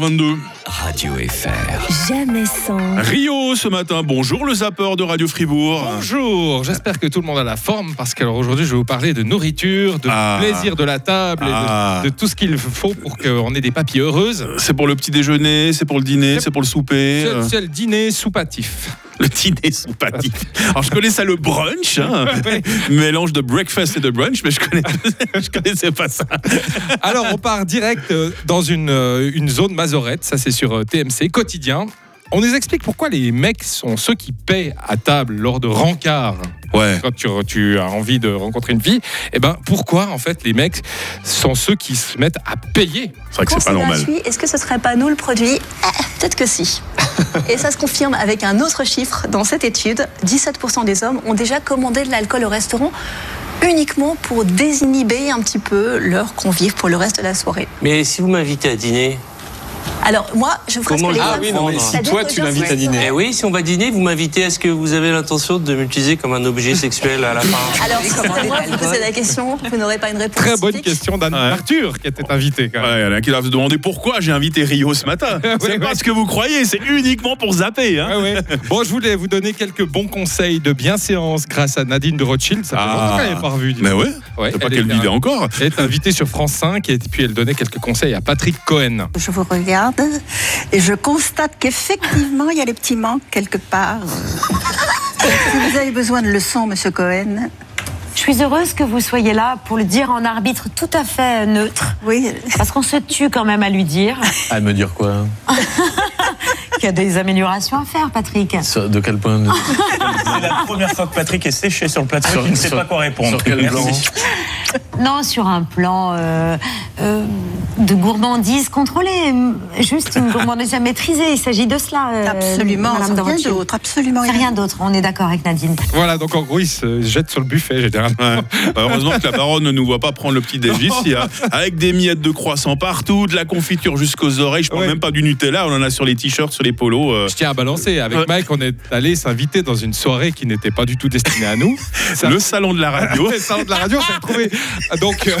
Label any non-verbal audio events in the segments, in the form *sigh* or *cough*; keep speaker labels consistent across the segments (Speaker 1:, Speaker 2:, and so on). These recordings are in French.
Speaker 1: 22.
Speaker 2: Radio FR.
Speaker 3: Jamais
Speaker 1: Ah,
Speaker 3: sans,
Speaker 1: Rio ce matin, bonjour le zappeur de Radio Fribourg.
Speaker 4: Bonjour, j'espère que tout le monde a la forme parce qu'aujourd'hui je vais vous parler de nourriture, de
Speaker 1: Ah.
Speaker 4: plaisir de la table et de-
Speaker 1: Ah.
Speaker 4: de, tout ce qu'il faut pour qu'on ait des papilles heureuses.
Speaker 1: C'est pour le petit déjeuner, c'est pour le dîner,
Speaker 4: C'est-
Speaker 1: c'est pour le souper.
Speaker 4: C'est
Speaker 1: euh,
Speaker 4: c'est le dîner *laughs* soupatif.
Speaker 1: Le dîner sympathique. Alors je connais ça le brunch, *laughs* hein,
Speaker 4: Ouais.
Speaker 1: mélange de breakfast et de brunch, mais je, connais, *laughs* je connaissais pas ça.
Speaker 4: Alors on part direct euh, dans une, euh, une zone mazorette, ça c'est sur euh, TMC, quotidien. On nous explique pourquoi les mecs sont ceux qui paient à table lors de rencarts.
Speaker 1: Ouais.
Speaker 4: Quand tu, tu as envie de rencontrer une fille, et ben pourquoi en fait les mecs sont ceux qui se mettent à payer
Speaker 1: C'est vrai que
Speaker 5: Quand
Speaker 1: c'est pas normal.
Speaker 5: gratuit, est-ce que ce serait pas nous le produit Ah, Peut-être que
Speaker 3: *laughs*
Speaker 5: si. Et ça se confirme avec un autre chiffre dans cette étude. 17% des hommes ont déjà commandé de l'alcool au restaurant uniquement pour désinhiber un petit peu leurs convives pour le reste de la soirée.
Speaker 6: Mais si vous m'invitez à dîner
Speaker 5: Alors moi, je ferais ce
Speaker 6: Comment
Speaker 5: que les
Speaker 6: je- Ah
Speaker 5: hommes
Speaker 6: oui, non,
Speaker 5: font.
Speaker 6: mais si
Speaker 5: C'est-à-dire
Speaker 7: toi,
Speaker 5: que
Speaker 7: tu
Speaker 5: je
Speaker 7: l'invites à
Speaker 5: resterai-
Speaker 7: dîner.
Speaker 6: Eh oui, si on va dîner, vous m'invitez, est-ce que vous avez l'intention de m'utiliser comme un objet sexuel à la fin
Speaker 5: Alors, si c'était moi vous posez la question, vous n'aurez pas une réponse.
Speaker 4: Très bonne
Speaker 5: typique.
Speaker 4: question d'Anne
Speaker 1: Ouais.
Speaker 4: Arthur qui était invitée quand même.
Speaker 1: Ouais, il y en a qui doivent se demander pourquoi j'ai invité Rio ce *laughs* matin. C'est
Speaker 4: Ouais,
Speaker 1: pas
Speaker 4: ouais.
Speaker 1: ce que vous croyez, c'est uniquement pour zapper. hein.
Speaker 4: Ouais, Ah
Speaker 1: *laughs*
Speaker 4: ouais. Bon, je voulais vous donner quelques bons conseils de bienséance grâce à Nadine de Rothschild. Ça fait
Speaker 1: Ah.
Speaker 4: longtemps qu'elle n'est pas revue. dis
Speaker 1: Mais
Speaker 4: donc.
Speaker 1: ouais,
Speaker 4: Ouais,
Speaker 1: c'est pas
Speaker 4: elle
Speaker 1: quelle
Speaker 4: était
Speaker 1: vidéo
Speaker 4: un-
Speaker 1: encore.
Speaker 4: Elle est invitée sur France 5 et puis elle donnait quelques conseils à Patrick Cohen.
Speaker 8: Je vous regarde et je constate qu'effectivement, il y a des petits manques quelque
Speaker 3: *laughs*
Speaker 8: part. si vous avez besoin de leçons, monsieur Cohen,
Speaker 3: je suis heureuse que vous soyez là pour le dire en arbitre tout à fait neutre,
Speaker 8: oui,
Speaker 3: parce qu'on se tue quand même à lui dire
Speaker 7: À me dire quoi hein
Speaker 3: qu'il y a des améliorations à faire, Patrick.
Speaker 7: Sur- De quel point de...
Speaker 9: C'est la première fois que Patrick est séché sur le plateau
Speaker 7: Sur-
Speaker 9: et qu'il ne sait
Speaker 7: sur-
Speaker 9: pas quoi répondre.
Speaker 7: sur quel
Speaker 9: Merci.
Speaker 7: plan
Speaker 3: Non, sur un plan euh, euh, de gourmandise contrôlée, juste une gourmandise à maîtriser. Il s'agit de cela, euh,
Speaker 8: absolument,
Speaker 3: Madame de
Speaker 8: sans rien
Speaker 3: Rothschild.
Speaker 8: d'autre, absolument
Speaker 3: C'est rien d'autre, on est d'accord avec Nadine.
Speaker 4: Voilà, donc en gros, il se jette sur le buffet généralement.
Speaker 1: Ouais. Bah, heureusement que la baronne ne nous voit pas prendre le petit déj ici,
Speaker 4: *laughs*
Speaker 1: hein. avec des miettes de croissant partout, de la confiture jusqu'aux oreilles. Je parle
Speaker 4: Ouais.
Speaker 1: même pas du Nutella, on en a sur les t-shirts, sur les polos. euh.
Speaker 4: Je tiens à balancer. Avec
Speaker 1: Ouais.
Speaker 4: Mike, on est allé s'inviter dans une soirée qui n'était pas du tout destinée à
Speaker 1: *laughs*
Speaker 4: nous. Ça-
Speaker 1: Le salon de la radio.
Speaker 4: *laughs* Ouais, le salon de la radio, on s'est retrouvés donc euh,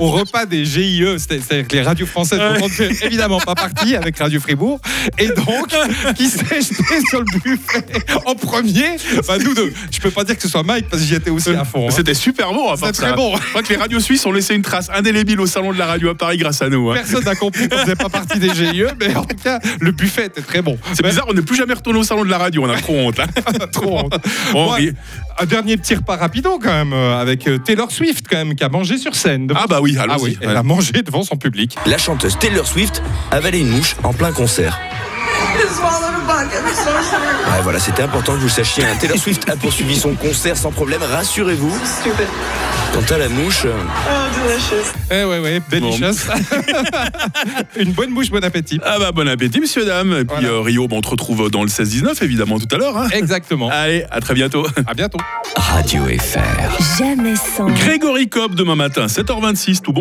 Speaker 4: au repas des GIE, c'était- c'est-à-dire que les radios françaises dont on ne fait évidemment pas partie avec Radio Fribourg, et donc qui s'est jeté sur le buffet en premier. Bah, nous deux, je peux pas dire que ce soit Mike parce que j'y étais aussi à fond. hein.
Speaker 1: C'était super bon à part
Speaker 4: C'est
Speaker 1: ça.
Speaker 4: très bon.
Speaker 1: Je crois que les radios suisses ont laissé une trace indélébile au salon de la radio à Paris grâce à nous. hein.
Speaker 4: Personne n'a compris qu'on faisait pas partie des GIE, mais en tout cas, le buffet était très bon.
Speaker 1: C'est bizarre, on n'est plus jamais retourné au salon de la radio, on a trop honte.
Speaker 4: *laughs*
Speaker 1: hein.
Speaker 4: Trop honte.
Speaker 1: Bon,
Speaker 4: Bon,
Speaker 1: Ri-
Speaker 4: un dernier petit repas rapido quand même, euh, avec euh, Taylor Swift quand même, qui a mangé sur scène.
Speaker 1: Ah bah oui,
Speaker 4: Ah
Speaker 1: allons-y.
Speaker 4: oui, elle a mangé devant son public.
Speaker 2: La chanteuse Taylor Swift avalait une mouche en plein concert. Ouais, voilà, c'était important que vous le sachiez. hein. Taylor Swift a poursuivi son concert sans problème, rassurez-vous. Quant à la mouche, euh,
Speaker 4: Eh ouais, ouais, delicious. *laughs* Une bonne bouche, bon appétit.
Speaker 1: Ah bah bon appétit, messieurs, dames. Et puis
Speaker 4: Voilà.
Speaker 1: euh, Rio, bon, on te retrouve dans le 16-19, évidemment, tout à l'heure. hein.
Speaker 4: Exactement.
Speaker 1: Allez, à très bientôt.
Speaker 4: À bientôt.
Speaker 2: Radio FR.
Speaker 3: Jamais sans.
Speaker 1: Grégory Cobb demain matin, 7h26, tout bon.